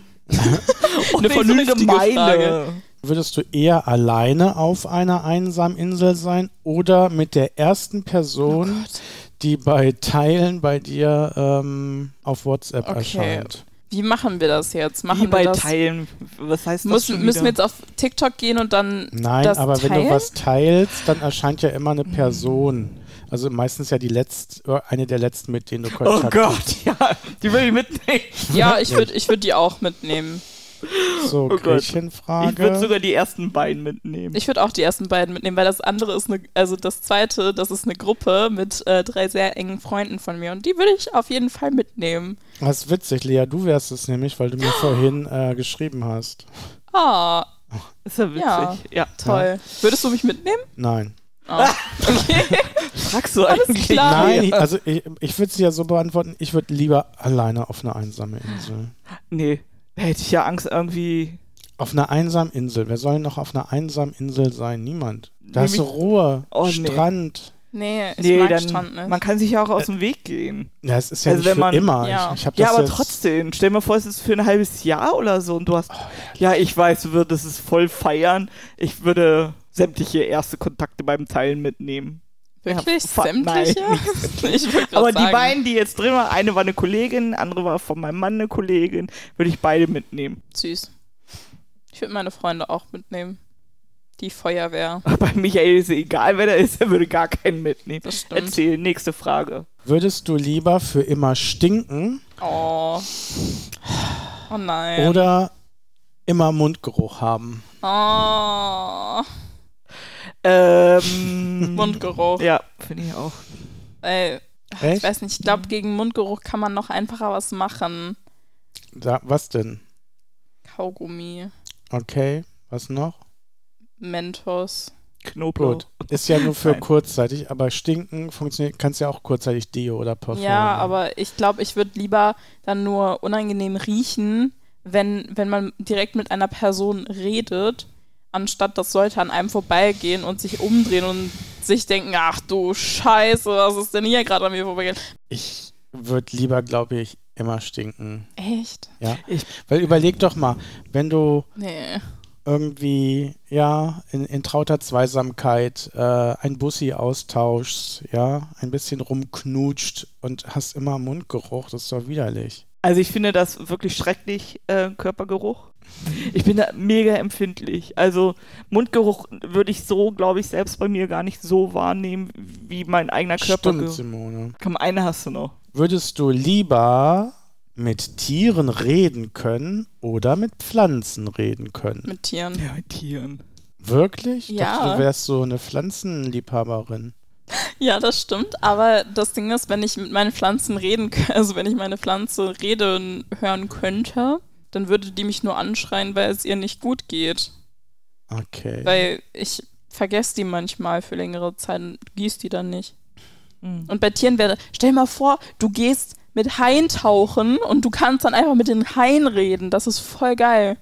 S3: Och,
S1: Eine
S3: nicht so
S1: vernünftige
S3: gemeine.
S1: Frage.
S2: Würdest du eher alleine auf einer einsamen Insel sein oder mit der ersten
S3: Oh
S2: Person, die bei Teilen bei dir ähm, auf WhatsApp
S1: Okay.
S2: erscheint?
S1: Wie machen wir das jetzt? Machen
S3: Wie bei
S1: wir das?
S3: Teilen. Was heißt das?
S1: Müssen,
S3: schon
S1: müssen wir
S3: wieder?
S1: jetzt auf TikTok gehen und dann
S2: Nein,
S1: das
S2: aber
S1: teilen?
S2: wenn du was teilst, dann erscheint ja immer eine Person. Also meistens ja die letzte, eine der letzten, mit denen du Kontakt
S3: Oh Gott, ja. Die will ich mitnehmen.
S1: Ja, ich würde ich würd die auch mitnehmen.
S2: hast. So,
S3: Oh Gott. Ich
S2: Gretchenfrage.
S3: würde sogar die ersten beiden mitnehmen.
S1: Ich würde auch die ersten beiden mitnehmen, weil das andere ist eine, also das zweite, das ist eine Gruppe mit äh, drei sehr engen Freunden von mir und die würde ich auf jeden Fall mitnehmen.
S2: Das ist witzig, Lea, du wärst es nämlich, weil du mir vorhin äh, geschrieben hast.
S1: Ah,
S3: ist ja witzig.
S1: Ja.
S3: ja.
S1: toll. Würdest du mich mitnehmen?
S2: Nein.
S1: Ah, okay.
S3: Fragst du
S1: Alles
S3: eigentlich?
S1: klar. Ah,
S2: Nein, ich- also ich, ich würde sie ja so beantworten, ich würde lieber alleine auf einer einsamen Insel.
S3: Nee, da hätte ich ja Angst irgendwie.
S2: Auf einer einsamen Insel. Wer soll noch auf einer einsamen Insel sein? Niemand. Da
S3: Nämlich-
S2: ist Ruhe,
S3: Oh, nee.
S2: Strand.
S1: Nee, ich
S3: Nee,
S1: mag ne?
S3: dann,
S1: Strand nicht.
S3: man kann sich ja auch aus dem Weg gehen.
S2: Ja, es ist ja
S3: Also
S2: nicht
S3: wenn
S2: für
S3: man-
S2: immer.
S1: ja.
S2: Ich, ich hab das
S3: Ja, aber
S2: jetzt, Oh,
S3: trotzdem, stell mir vor, es ist für ein halbes Jahr oder so und du hast. ja, ich weiß, du würdest es voll feiern. Ich würde sämtliche erste Kontakte beim Teilen mitnehmen.
S1: Wirklich?
S3: Ja, fa-
S1: Sämtliche?
S3: nein.
S1: ich würd grad
S3: Aber
S1: sagen.
S3: die beiden, die jetzt drin waren, eine war eine Kollegin, andere war von meinem Mann eine Kollegin, würde ich beide mitnehmen.
S1: Süß. Ich würde meine Freunde auch mitnehmen. Die Feuerwehr.
S3: Bei Michael ist es egal, wer da ist, er würde gar keinen mitnehmen.
S1: Das stimmt.
S3: Erzähl, nächste Frage.
S2: Würdest du lieber für immer stinken
S1: Oh. Oh nein.
S2: Oder immer Mundgeruch haben.
S1: Oh.
S3: Ähm,
S1: Mundgeruch.
S3: Ja, finde ich auch.
S1: Ey, ich
S2: Echt?
S1: weiß nicht, ich glaube, gegen Mundgeruch kann man noch einfacher was machen.
S2: Da, was denn?
S1: Kaugummi,
S2: Okay, was noch?
S1: Mentos.
S3: Knoblauch.
S2: Gut. Ist ja nur für
S3: Oh. Nein.
S2: kurzzeitig, aber stinken funktioniert, kannst ja auch kurzzeitig Deo oder Parfum.
S1: Ja,
S2: nehmen.
S1: aber ich glaube, ich würde lieber dann nur unangenehm riechen, wenn, wenn man direkt mit einer Person redet, anstatt das sollte an einem vorbeigehen und sich umdrehen und sich denken, ach du Scheiße, was ist denn hier gerade an mir vorbeigegangen?
S2: Ich würde lieber, glaube ich, immer stinken.
S1: Echt?
S2: Ja.
S3: Ich-
S2: Weil überleg doch mal, wenn du
S1: Nee.
S2: irgendwie, ja, in, in trauter Zweisamkeit äh, ein Bussi austauschst, ja, ein bisschen rumknutscht und hast immer Mundgeruch, das ist doch widerlich.
S3: Also ich finde das wirklich schrecklich, äh, Körpergeruch. Ich bin da mega empfindlich. Also Mundgeruch würde ich so, glaube ich, selbst bei mir gar nicht so wahrnehmen, wie mein eigener
S2: Stimmt,
S3: Körpergeruch.
S2: Simone.
S3: Komm, eine hast du noch.
S2: Würdest du lieber mit Tieren reden können oder mit Pflanzen reden können?
S1: Mit Tieren.
S3: Ja, mit Tieren.
S2: Wirklich? Ich
S1: Ja.
S2: dachte, du wärst so eine Pflanzenliebhaberin.
S1: Ja, das stimmt, aber das Ding ist, wenn ich mit meinen Pflanzen reden, k- also wenn ich meine Pflanze reden hören könnte, dann würde die mich nur anschreien, weil es ihr nicht gut geht.
S2: Okay.
S1: Weil ich vergesse die manchmal für längere Zeit und gieß die dann nicht.
S3: Mhm.
S1: Und bei Tieren wäre, stell mal vor, du gehst mit Haien tauchen und du kannst dann einfach mit den Haien reden. Das ist voll geil.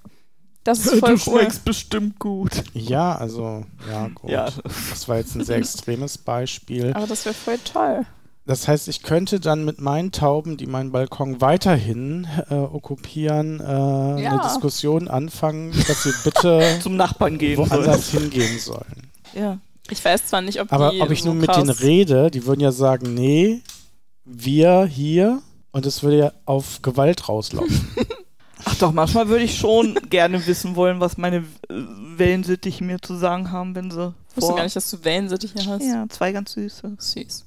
S1: Das ist voll
S3: du
S1: cool.
S3: schmeckst bestimmt gut.
S2: ja, also, ja, gut.
S3: Ja.
S2: Das war jetzt ein sehr extremes Beispiel.
S1: Aber das wäre voll toll.
S2: Das heißt, ich könnte dann mit meinen Tauben, die meinen Balkon weiterhin äh, okkupieren, äh, eine Diskussion anfangen, dass sie bitte
S3: Zum Nachbarn gehen.
S2: woanders
S3: sollst.
S2: hingehen sollen.
S3: Ja.
S1: Ich weiß zwar nicht, ob
S2: Aber
S1: die
S2: ob ich
S1: so
S2: nun mit denen
S1: krass-
S2: rede, die würden ja sagen, nee, wir hier und es würde ja auf Gewalt rauslaufen.
S3: Ach doch, manchmal würde ich schon gerne wissen wollen, was meine äh, Wellensittiche mir zu sagen haben, wenn sie
S1: Ich wusste gar nicht, dass du Wellensittiche hast.
S3: Ja, zwei ganz süße.
S1: Süß.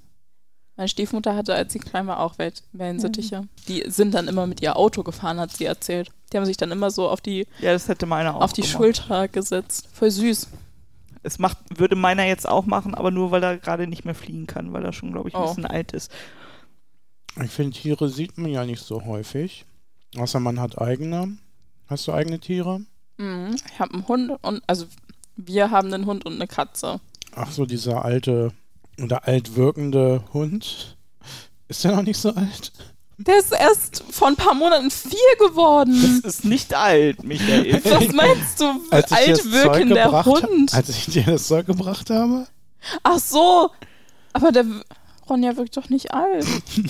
S1: Meine Stiefmutter hatte, als sie klein war, auch Wel- Wellensittiche. Die sind dann immer mit ihr Auto gefahren, hat sie erzählt. Die haben sich dann immer so auf die,
S3: Ja, das hätte meiner auch
S1: auf die
S3: gemacht.
S1: Schulter gesetzt. Voll süß.
S3: Es macht, würde meiner jetzt auch machen, aber nur weil er gerade nicht mehr fliegen kann, weil er schon, glaube ich, ein
S1: Oh.
S3: bisschen alt ist.
S2: Ich finde, Tiere sieht man ja nicht so häufig. Außer man hat eigene. Hast du eigene Tiere?
S1: Mhm. Ich habe einen Hund und, also wir haben einen Hund und eine Katze.
S2: Ach so, dieser alte oder alt wirkende Hund. Ist der noch nicht so alt?
S1: Der ist erst vor ein paar Monaten vier geworden.
S3: Ist nicht alt, Michael.
S1: Was meinst du?
S2: Als ich dir das
S1: Alt
S2: Zeug
S1: wirkender
S2: gebracht ha-
S1: Hund.
S2: Als ich dir das Zeug gebracht habe?
S1: Ach so. Aber der w- Ronja wirkt doch nicht alt.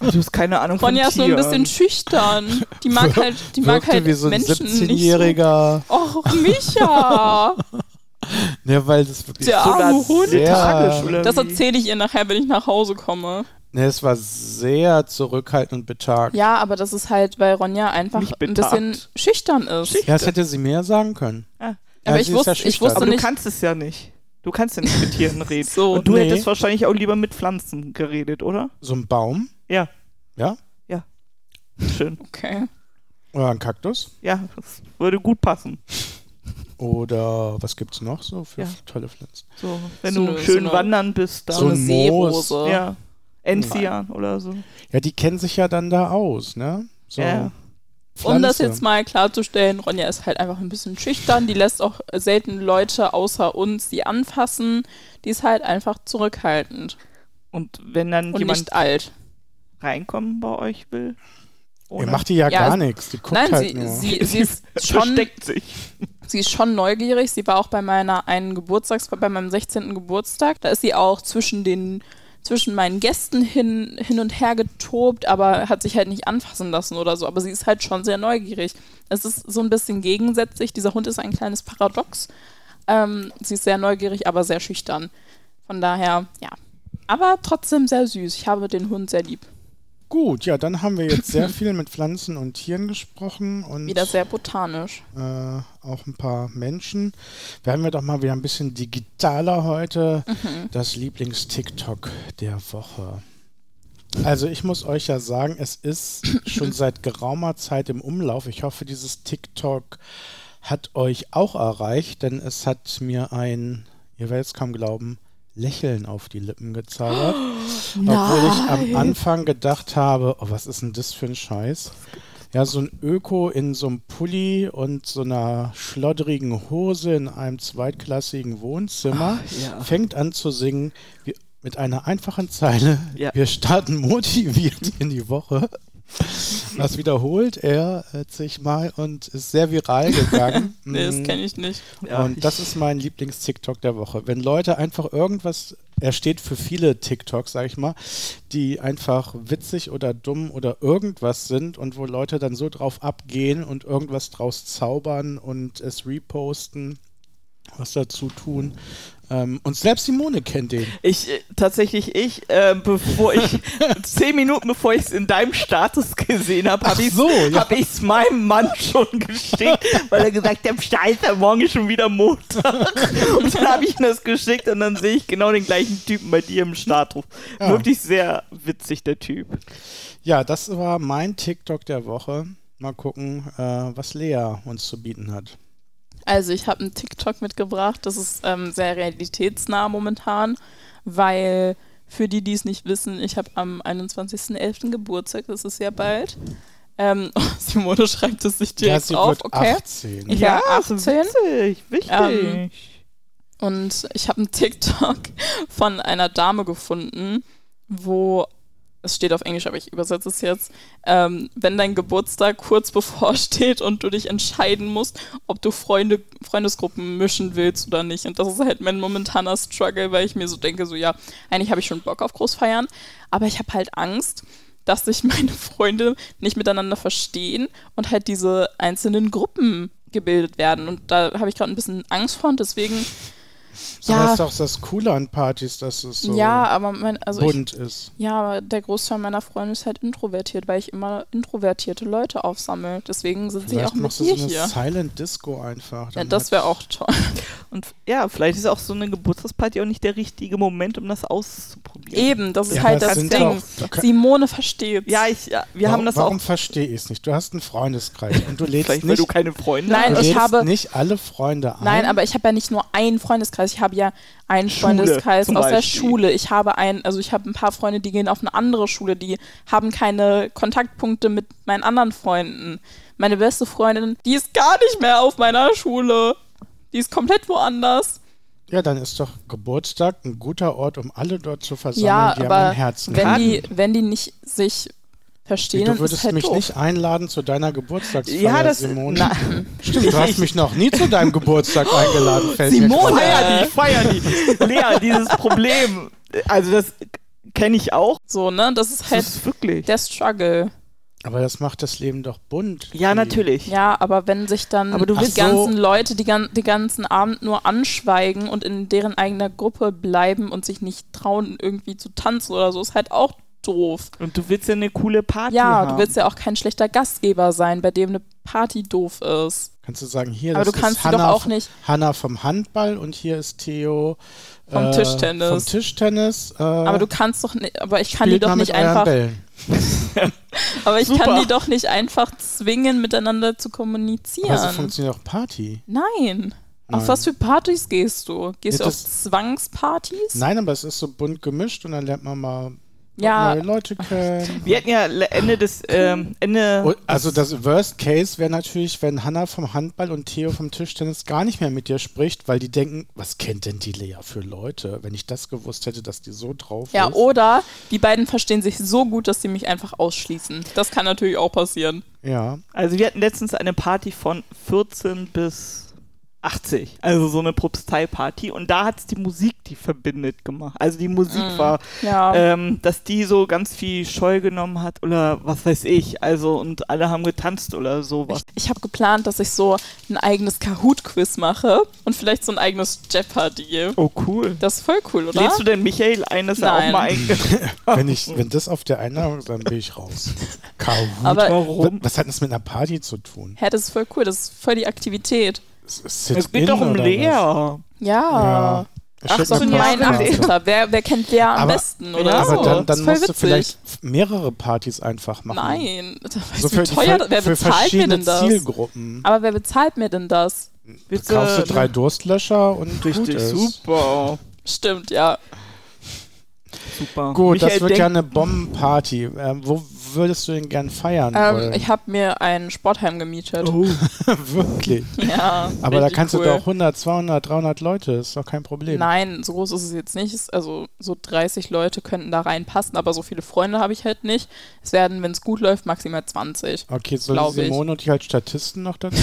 S3: du hast keine Ahnung von
S1: Ronja ist nur ein bisschen
S3: Tieren.
S1: schüchtern. Die mag halt, die mag
S2: Wirkte
S1: halt
S2: wie so ein
S1: Menschen nicht. So.
S2: 17-Jähriger.
S1: Och, Micha!
S2: Ja, Ne, weil das wirklich.
S1: Der
S2: so-
S1: arme Hund.
S2: sehr-
S3: tragisch, oder
S1: Das
S3: wie?
S1: erzähle ich ihr nachher, wenn ich nach Hause komme.
S2: Ne, es war sehr zurückhaltend und betagt.
S1: Ja, aber das ist halt, weil Ronja einfach
S3: Mich
S1: ein
S3: betagt.
S1: bisschen schüchtern ist.
S2: Ja, das hätte sie mehr sagen können.
S3: Ah.
S1: Aber
S2: sie
S1: ich
S2: ist
S1: wusste-
S2: ja
S1: ich
S2: schüchtern.
S1: wusste
S3: Aber du
S1: nicht-
S3: kannst es ja nicht. Du kannst ja nicht mit Tieren reden.
S1: So.
S3: Und du
S2: Nee.
S3: hättest wahrscheinlich auch lieber mit Pflanzen geredet, oder?
S2: So ein Baum
S3: Ja.
S2: Ja?
S3: Ja. Schön.
S1: Okay.
S2: oder ein Kaktus
S3: Ja, das würde gut passen.
S2: oder was gibt's noch so für
S3: Ja.
S2: tolle Pflanzen?
S3: So, wenn
S1: So
S3: du
S1: eine-
S3: schön
S1: so eine-
S3: wandern bist, dann.
S2: So ein
S1: Seerose.
S3: ja. Enzian oder so.
S2: Ja, die kennen sich ja dann da aus, ne? So
S3: Ja.
S1: Um das
S2: Pflanze.
S1: jetzt mal klarzustellen, Ronja ist halt einfach ein bisschen schüchtern. Die lässt auch selten Leute außer uns die anfassen. Die ist halt einfach zurückhaltend
S3: Und wenn dann
S1: und
S3: jemand
S1: nicht alt.
S3: reinkommen bei euch will,
S2: Ihr
S3: oder?
S2: macht die ja,
S1: Ja,
S2: gar
S1: es-
S2: nichts. Die guckt
S1: Nein,
S2: halt
S1: sie,
S2: nur.
S1: sie, sie ist schon
S3: versteckt sich.
S1: Sie ist schon neugierig. Sie war auch bei meiner einen Geburtstags, bei meinem 16. Geburtstag. Da ist sie auch zwischen den, zwischen meinen Gästen hin, hin und her getobt, aber hat sich halt nicht anfassen lassen oder so. Aber sie ist halt schon sehr neugierig. Es ist so ein bisschen gegensätzlich. Dieser Hund ist ein kleines Paradox. Ähm, sie ist sehr neugierig, aber sehr schüchtern. Von daher, ja. Aber trotzdem sehr süß. Ich habe den Hund sehr lieb.
S2: Gut, ja, dann haben wir jetzt sehr viel mit Pflanzen und Tieren gesprochen und
S1: Wieder sehr botanisch.
S2: äh, auch ein paar Menschen. Werden wir doch mal wieder ein bisschen digitaler heute. Das Lieblings-TikTok der Woche. Also ich muss euch ja sagen, es ist schon seit geraumer Zeit im Umlauf. Ich hoffe, dieses TikTok hat euch auch erreicht, denn es hat mir ein, ihr werdet es kaum glauben, Lächeln auf die Lippen gezaubert. Obwohl ich am Anfang gedacht habe, oh, was ist denn das für ein Scheiß? Ja, so ein Öko in so einem Pulli und so einer schloddrigen Hose in einem zweitklassigen Wohnzimmer
S3: ja.
S2: fängt an zu singen wie, mit einer einfachen Zeile.
S3: Ja.
S2: Wir starten motiviert in die Woche. Das wiederholt er äh, zigmal und ist sehr viral gegangen.
S1: Nee, das
S2: Mm.
S1: kenne ich nicht.
S3: Ja,
S2: und das ist mein Lieblings-TikTok der Woche. Wenn Leute einfach irgendwas, er steht für viele TikToks, sag ich mal, die einfach witzig oder dumm oder irgendwas sind und wo Leute dann so drauf abgehen und irgendwas draus zaubern und es reposten, was dazu tun. Ähm, und selbst Simone kennt den.
S3: Ich, äh, tatsächlich ich, äh, bevor ich, zehn Minuten bevor ich es in deinem Status gesehen habe,
S2: Ach
S3: habe ich es
S2: so, ja.
S3: hab ich's meinem Mann schon geschickt, weil er gesagt hat, scheiße, morgen ist schon wieder Montag. Und dann habe ich ihm das geschickt und dann sehe ich genau den gleichen Typen bei dir im Status.
S2: Ja.
S3: Wirklich sehr witzig, der Typ.
S2: Ja, das war mein TikTok der Woche. Mal gucken, äh, was Lea uns zu bieten hat.
S1: Also ich habe einen TikTok mitgebracht, das ist ähm, sehr realitätsnah momentan, weil für die, die es nicht wissen, ich habe am 21.11. Geburtstag, das ist ja bald. Ähm, Simone schreibt es sich direkt
S2: sie
S1: auf,
S2: wird
S1: okay.
S2: 18.
S1: Ich- Ja,
S3: so
S1: 18.
S3: witzig, wichtig.
S1: Ähm, Und ich habe einen TikTok von einer Dame gefunden, wo, es steht auf Englisch, aber ich übersetze es jetzt, ähm, wenn dein Geburtstag kurz bevorsteht und du dich entscheiden musst, ob du Freunde, Freundesgruppen mischen willst oder nicht. Und das ist halt mein momentaner Struggle, weil ich mir so denke, so ja, eigentlich habe ich schon Bock auf Großfeiern, aber ich habe halt Angst, dass sich meine Freunde nicht miteinander verstehen und halt diese einzelnen Gruppen gebildet werden. Und da habe ich gerade ein bisschen Angst vor und deswegen
S2: Aber
S1: ja.
S2: ist doch das Coole an Partys, dass es so
S1: ja, aber mein, also ich,
S2: bunt ist.
S1: ja, aber der Großteil meiner Freunde ist halt introvertiert, weil ich immer introvertierte Leute aufsammle. Deswegen sitze ich
S2: Vielleicht
S1: auch mit
S2: machst
S1: dir
S2: du so eine
S1: hier.
S2: Silent Disco einfach.
S1: Ja,
S2: dann halt.
S1: das
S2: hat-
S1: wäre auch toll.
S3: und ja, vielleicht ist auch so eine Geburtstagsparty auch nicht der richtige Moment, um das auszuprobieren.
S1: Eben, das ist
S2: Ja,
S1: halt
S2: aber
S1: das
S2: es sind ja
S1: Ding.
S2: auch- du kann-
S1: Simone versteht's.
S3: Ja, ich, ja, wir
S2: Wa-
S3: haben das
S2: Warum
S3: auch.
S2: verstehe ich es nicht? Du hast einen Freundeskreis und du lädst
S3: Vielleicht, weil
S2: nicht,
S3: du keine Freunde
S1: Nein, äh,
S2: du
S1: ich
S2: lädst
S1: habe-
S2: nicht alle Freunde ein.
S1: Nein, aber ich habe ja nicht nur einen Freundeskreis. Ich habe ja einen
S3: Schule
S1: Freundeskreis
S3: zum
S1: aus der
S3: Beispiel.
S1: Schule. Ich habe einen, also ich habe ein paar Freunde, die gehen auf eine andere Schule, die haben keine Kontaktpunkte mit meinen anderen Freunden. Meine beste Freundin, die ist gar nicht mehr auf meiner Schule. Die ist komplett woanders.
S2: ja, dann ist doch Geburtstag ein guter Ort, um alle dort zu versammeln,
S1: ja,
S2: die
S1: aber
S2: am Herzen
S1: wenn
S2: haben.
S1: die, wenn die nicht sich verstehen,
S2: ne? du
S1: dann
S2: würdest
S1: ist halt
S2: mich
S1: doof.
S2: nicht einladen zu deiner Geburtstagsfeier,
S3: Ja, das-
S2: Simone.
S3: na-
S2: Stimmt, du hast mich noch nie zu deinem Geburtstag eingeladen. fällt mir
S1: Simone!
S2: gerade
S3: Also, Feier die, feier die. Lea, dieses Problem, also das kenne ich auch.
S1: So, ne? Das ist halt
S3: Das ist wirklich.
S1: der Struggle.
S2: ein. Aber das macht das Leben doch bunt.
S3: Ja,
S2: Die-
S3: natürlich.
S1: Ja, aber wenn sich dann
S3: Aber du
S1: die
S3: willst
S1: ganzen
S2: so-
S1: Leute die gan den ganzen Abend nur anschweigen und in deren eigener Gruppe bleiben und sich nicht trauen, irgendwie zu tanzen oder so, ist halt auch doof.
S3: Und du willst ja eine coole Party
S1: Ja,
S3: haben.
S1: du willst ja auch kein schlechter Gastgeber sein, bei dem eine Party doof ist.
S2: Kannst du sagen, hier
S1: Aber
S2: das
S1: du kannst
S2: ist
S1: sie
S2: Hanna,
S1: doch auch
S2: v-
S1: nicht-
S2: Hanna vom Handball und hier ist Theo äh,
S1: Vom Tischtennis.
S2: Vom Tischtennis. Äh,
S1: Aber du kannst doch nicht, aber ich kann
S2: spielt
S1: die doch
S2: mal
S1: nicht
S2: mit euren
S1: einfach,
S2: Bällen.
S1: aber ich
S3: Super.
S1: kann die doch nicht einfach zwingen, miteinander zu
S2: Aber so
S1: kommunizieren.
S2: funktioniert auch Party.
S1: Nein. Auf
S2: Nein.
S1: was für Partys gehst du? Gehst
S2: Ja,
S1: du auf
S2: das-
S1: Zwangspartys?
S2: Nein, aber es ist so bunt gemischt und dann lernt man mal
S1: Ja,
S2: neue Leute kennen.
S3: Wir hatten ja le- Ende des, ähm, Ende,
S2: Und, also das Worst Case wäre natürlich, wenn Hanna vom Handball und Theo vom Tischtennis gar nicht mehr mit dir spricht, weil die denken, was kennt denn die Lea für Leute? Wenn ich das gewusst hätte, dass die so drauf
S1: Ja,
S2: ist.
S1: oder die beiden verstehen sich so gut, dass sie mich einfach ausschließen. Das kann natürlich auch passieren.
S2: Ja.
S3: also wir hatten letztens eine Party von 14 bis 80. Also so eine Propstei-Party. Und da hat es die Musik, die verbindet gemacht. Also die Musik
S1: Mhm.
S3: war
S1: Ja.
S2: Äh,
S3: ähm, dass die so ganz viel Scheu genommen hat oder was weiß ich. Also, und alle haben getanzt oder sowas.
S1: ich habe geplant, dass ich so ein eigenes Kahoot-Quiz mache und vielleicht so ein eigenes Jeopardy.
S3: Oh, cool.
S1: Das ist voll cool, oder?
S3: Lädst du denn Michael ein, dass er
S1: Nein.
S3: auch mal ein.
S2: Wenn, ich, wenn das auf der Einladung ist, dann bin ich raus. Kahoot.
S1: Aber
S2: Wa-
S3: Warum?
S2: Was hat das mit einer Party zu tun?
S1: hä, das ist voll cool, das ist voll die Aktivität.
S2: Es
S3: Es geht doch um Lea.
S1: Ja.
S2: Ja.
S1: Ah. Ach so,
S2: Schickt
S3: eine
S1: mein
S2: Postkarte.
S1: Achtklässler. Wer, wer kennt wer am
S2: Aber-
S1: besten, oder?
S3: Ja,
S1: so?
S2: Aber dann,
S1: Oh, Das
S2: dann
S1: ist voll
S2: musst du
S1: witzig.
S2: vielleicht mehrere Partys einfach machen.
S1: Nein. Das weißt
S2: So
S1: du, wie
S2: für,
S1: teuer,
S2: für,
S1: wer
S2: für
S1: bezahlt mir
S2: verschiedene
S1: denn das? Also,
S2: Zielgruppen.
S1: Aber wer bezahlt mir denn das?
S3: Bitte, ne?
S2: Kaufst
S1: ne?
S2: du drei Durstlöscher und äh, gut
S3: Richtig,
S2: ist.
S3: super.
S1: Stimmt, ja.
S3: Super.
S2: Gut, das
S3: Michael,
S2: wird
S3: denk-
S2: ja eine Bombenparty. Ähm, wo würdest du denn gern feiern
S1: Ähm,
S2: wollen?
S1: ich habe mir ein Sportheim gemietet.
S3: Oh,
S2: Wirklich.
S1: Ja,
S2: Aber da
S1: richtig
S2: kannst
S1: cool.
S2: du doch 100, 200, 300 Leute, ist doch kein Problem.
S1: Nein, so groß ist es jetzt nicht. Es- Also so 30 Leute könnten da reinpassen, aber so viele Freunde habe ich halt nicht. Es werden, wenn es gut läuft, maximal 20.
S2: Okay, so
S1: Glaub ich.
S2: Simone und ich als Statisten noch dazu.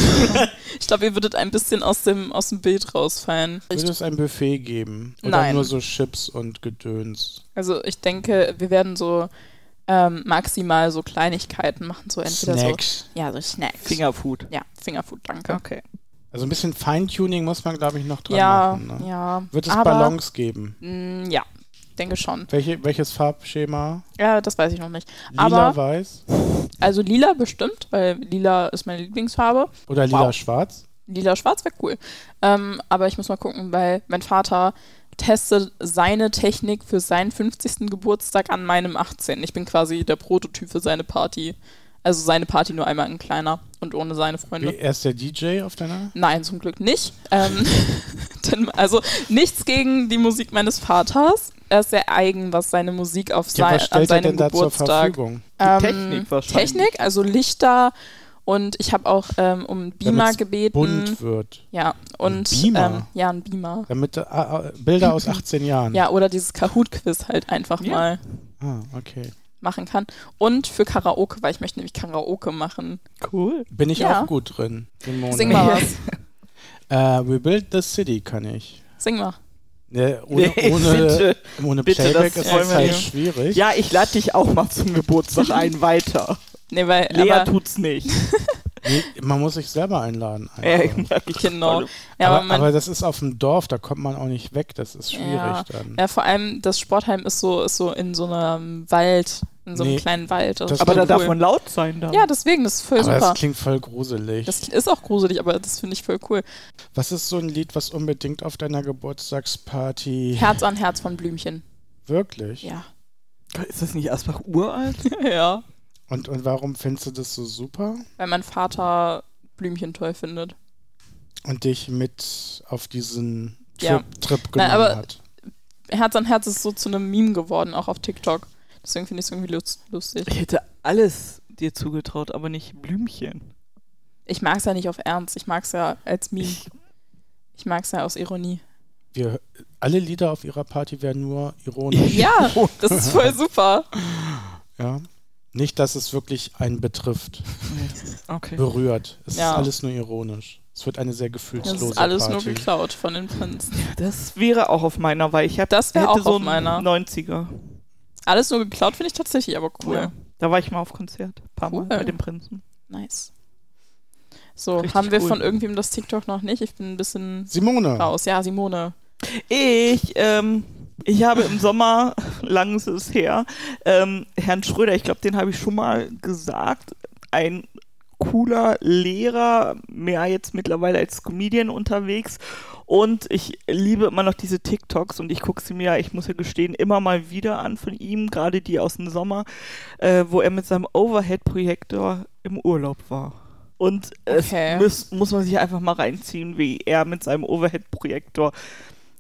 S1: Ich glaube, ihr würdet ein bisschen aus dem, aus dem Bild rausfallen. Ich,
S2: Würde es ein Buffet geben? Oder
S1: Nein.
S2: nur so Chips und Gedöns?
S1: also ich denke, wir werden so ähm, maximal so Kleinigkeiten machen, so entweder
S2: Snacks.
S1: so. Ja, so Snacks.
S3: Fingerfood.
S1: ja, Fingerfood, danke.
S3: Okay.
S2: Also ein bisschen Feintuning muss man, glaube ich, noch dran
S1: Ja,
S2: machen. Ne?
S1: ja.
S2: Wird es
S1: aber,
S2: Ballons geben?
S1: Mh, ja, denke schon.
S2: Welche, welches Farbschema?
S1: Ja, das weiß ich noch nicht.
S2: Lila,
S1: Aber-
S2: weiß?
S1: Also lila bestimmt, weil lila ist meine Lieblingsfarbe.
S2: Oder lila, schwarz?
S1: Lila-Schwarz wäre cool. Ähm, aber ich muss mal gucken, weil mein Vater testet seine Technik für seinen 50. Geburtstag an meinem 18. Ich bin quasi der Prototyp für seine Party. Also seine Party nur einmal in kleiner und ohne seine Freunde.
S2: Wie, er ist der DJ auf deiner?
S1: Nein, zum Glück nicht. Ähm, denn, also nichts gegen die Musik meines Vaters. Er ist sehr eigen, was seine Musik auf
S2: Ja,
S1: sein,
S2: was
S1: an
S2: stellt er
S1: seinem
S2: denn da zur
S1: Geburtstag
S2: Verfügung?
S3: Die
S1: ähm,
S3: Technik wahrscheinlich.
S1: Technik, also Lichter und ich habe auch ähm, um Beamer
S2: Damit's
S1: gebeten.
S2: Bunt wird.
S1: Ja, und
S2: Ein Beamer?
S1: Ähm, ja, ein Beamer.
S2: Damit äh, äh, Bilder aus 18 Jahren.
S1: Ja, oder dieses Kahoot-Quiz halt einfach
S3: Ja.
S1: mal
S2: Ah, okay.
S1: machen kann. Und für Karaoke, weil ich möchte nämlich Karaoke machen.
S3: Cool.
S2: Bin ich
S1: Ja.
S2: auch gut drin. Simone.
S1: Sing mal was.
S2: Äh, We Build the City kann ich.
S1: Sing mal.
S2: Ne, ohne,
S3: Nee,
S2: ohne,
S3: bitte.
S2: ohne
S3: Bitte, das
S2: Playback ist
S1: wollen
S2: das
S1: wir
S2: halt
S1: nicht.
S2: schwierig.
S3: Ja, ich lade dich auch mal zum Geburtstag ein weiter.
S1: Nee, weil
S3: Lea
S1: aber,
S3: tut's nicht.
S2: Nee, man muss sich selber einladen.
S3: Äh,
S2: einfach.
S3: merk ich
S1: Genau.
S3: voll.
S1: ja,
S2: aber,
S1: aber man,
S2: aber das ist auf dem Dorf, da kommt man auch nicht weg. Das ist schwierig
S1: Ja.
S2: dann.
S1: ja, vor allem das Sportheim ist so, ist so in so einem Wald, in so einem
S2: Nee.
S1: kleinen Wald. Das
S2: Das-
S1: ist
S3: Aber da
S1: voll
S3: darf
S1: cool.
S3: man laut sein dann.
S1: Ja, deswegen, das ist voll
S2: aber
S1: super.
S2: das klingt voll gruselig.
S1: Das ist auch gruselig, aber das finde ich voll cool.
S2: Was ist so ein Lied, was unbedingt auf deiner Geburtstagsparty
S1: Herz an Herz von Blümchen.
S2: wirklich?
S1: Ja.
S3: Ist das nicht Asbach uralt?
S1: ja.
S2: Und, und warum findest du das so super?
S1: Weil mein Vater Blümchen toll findet.
S2: Und dich mit auf diesen Trip,
S1: Ja.
S2: Trip
S1: Nein,
S2: genommen
S1: aber-
S2: hat.
S1: Herz an Herz ist so zu einem Meme geworden, auch auf TikTok. Deswegen finde ich es irgendwie lust- lustig.
S3: Ich hätte alles dir zugetraut, aber nicht Blümchen.
S1: Ich mag es ja nicht auf Ernst, ich mag es ja als Meme.
S3: Ich,
S1: Ich mag es ja aus Ironie.
S2: Wir, alle Lieder auf ihrer Party werden nur ironisch.
S1: Ja, das ist voll super.
S2: Ja. Nicht, dass es wirklich einen betrifft,
S3: okay.
S2: berührt. Es
S1: Ja.
S2: ist alles nur ironisch. Es wird eine sehr gefühlslose
S1: Das ist alles
S2: Party.
S1: nur geklaut von den Prinzen.
S3: Das wäre auch auf meiner, weil ich hab,
S1: Das wäre
S3: hätte
S1: auch
S3: so
S1: auf meiner.
S3: 90er.
S1: Alles nur geklaut finde ich tatsächlich aber cool.
S3: Ja. Da war ich mal auf Konzert. Ein paar Mal
S1: Cool.
S3: bei den Prinzen.
S1: Nice. So,
S3: Richtig
S1: haben wir
S3: cool.
S1: von irgendwem das TikTok noch nicht? Ich bin ein bisschen
S2: Simone,
S1: raus. Ja, Simone.
S3: Ich, ähm, ich habe im Sommer, lang ist es her, ähm, Herrn Schröder, ich glaube, den habe ich schon mal gesagt, ein cooler Lehrer, mehr jetzt mittlerweile als Comedian unterwegs. Und ich liebe immer noch diese TikToks und ich gucke sie mir, ich muss ja gestehen, immer mal wieder an von ihm, gerade die aus dem Sommer, äh, wo er mit seinem Overhead-Projektor im Urlaub war. Und
S1: Okay.
S3: es muss, muss man sich einfach mal reinziehen, wie er mit seinem Overhead-Projektor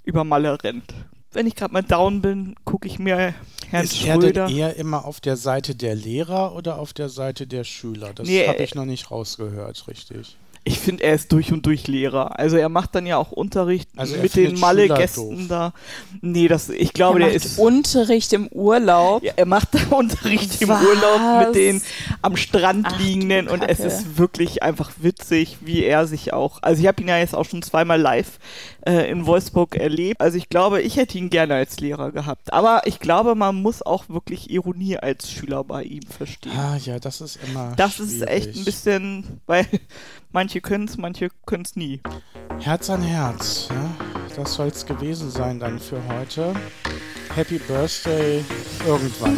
S3: über Malle rennt. Wenn ich gerade mal down bin, gucke ich mir Herrn
S2: ist er
S3: Schröder.
S2: denn eh- eher immer auf der Seite der Lehrer oder auf der Seite der Schüler? Das
S3: Nee,
S2: habe
S3: äh,
S2: ich noch nicht rausgehört, richtig.
S3: Ich finde, er ist durch und durch Lehrer. Also er macht dann ja auch Unterricht
S2: Also er
S3: mit
S2: findet
S3: den
S2: Schüler doof.
S3: Malle-Gästen da. Nee, das, ich glaube,
S1: er
S3: der
S1: macht
S3: ist.
S1: Unterricht im Urlaub.
S3: Ja, er macht da Unterricht im
S1: Was?
S3: Urlaub mit den am Strand
S1: Ach, du
S3: liegenden und es
S1: Kacke.
S3: ist wirklich einfach witzig, wie er sich auch. Also ich habe ihn ja jetzt auch schon zweimal live äh, in Wolfsburg erlebt. Also ich glaube, ich hätte ihn gerne als Lehrer gehabt. Aber ich glaube, man muss auch wirklich Ironie als Schüler bei ihm verstehen.
S2: Ah ja, das ist immer.
S3: Das
S2: schwierig.
S3: ist echt ein bisschen, weil manche können es, manche können es nie.
S2: Herz an Herz. Ja? Das soll es gewesen sein dann für heute. Happy Birthday irgendwann.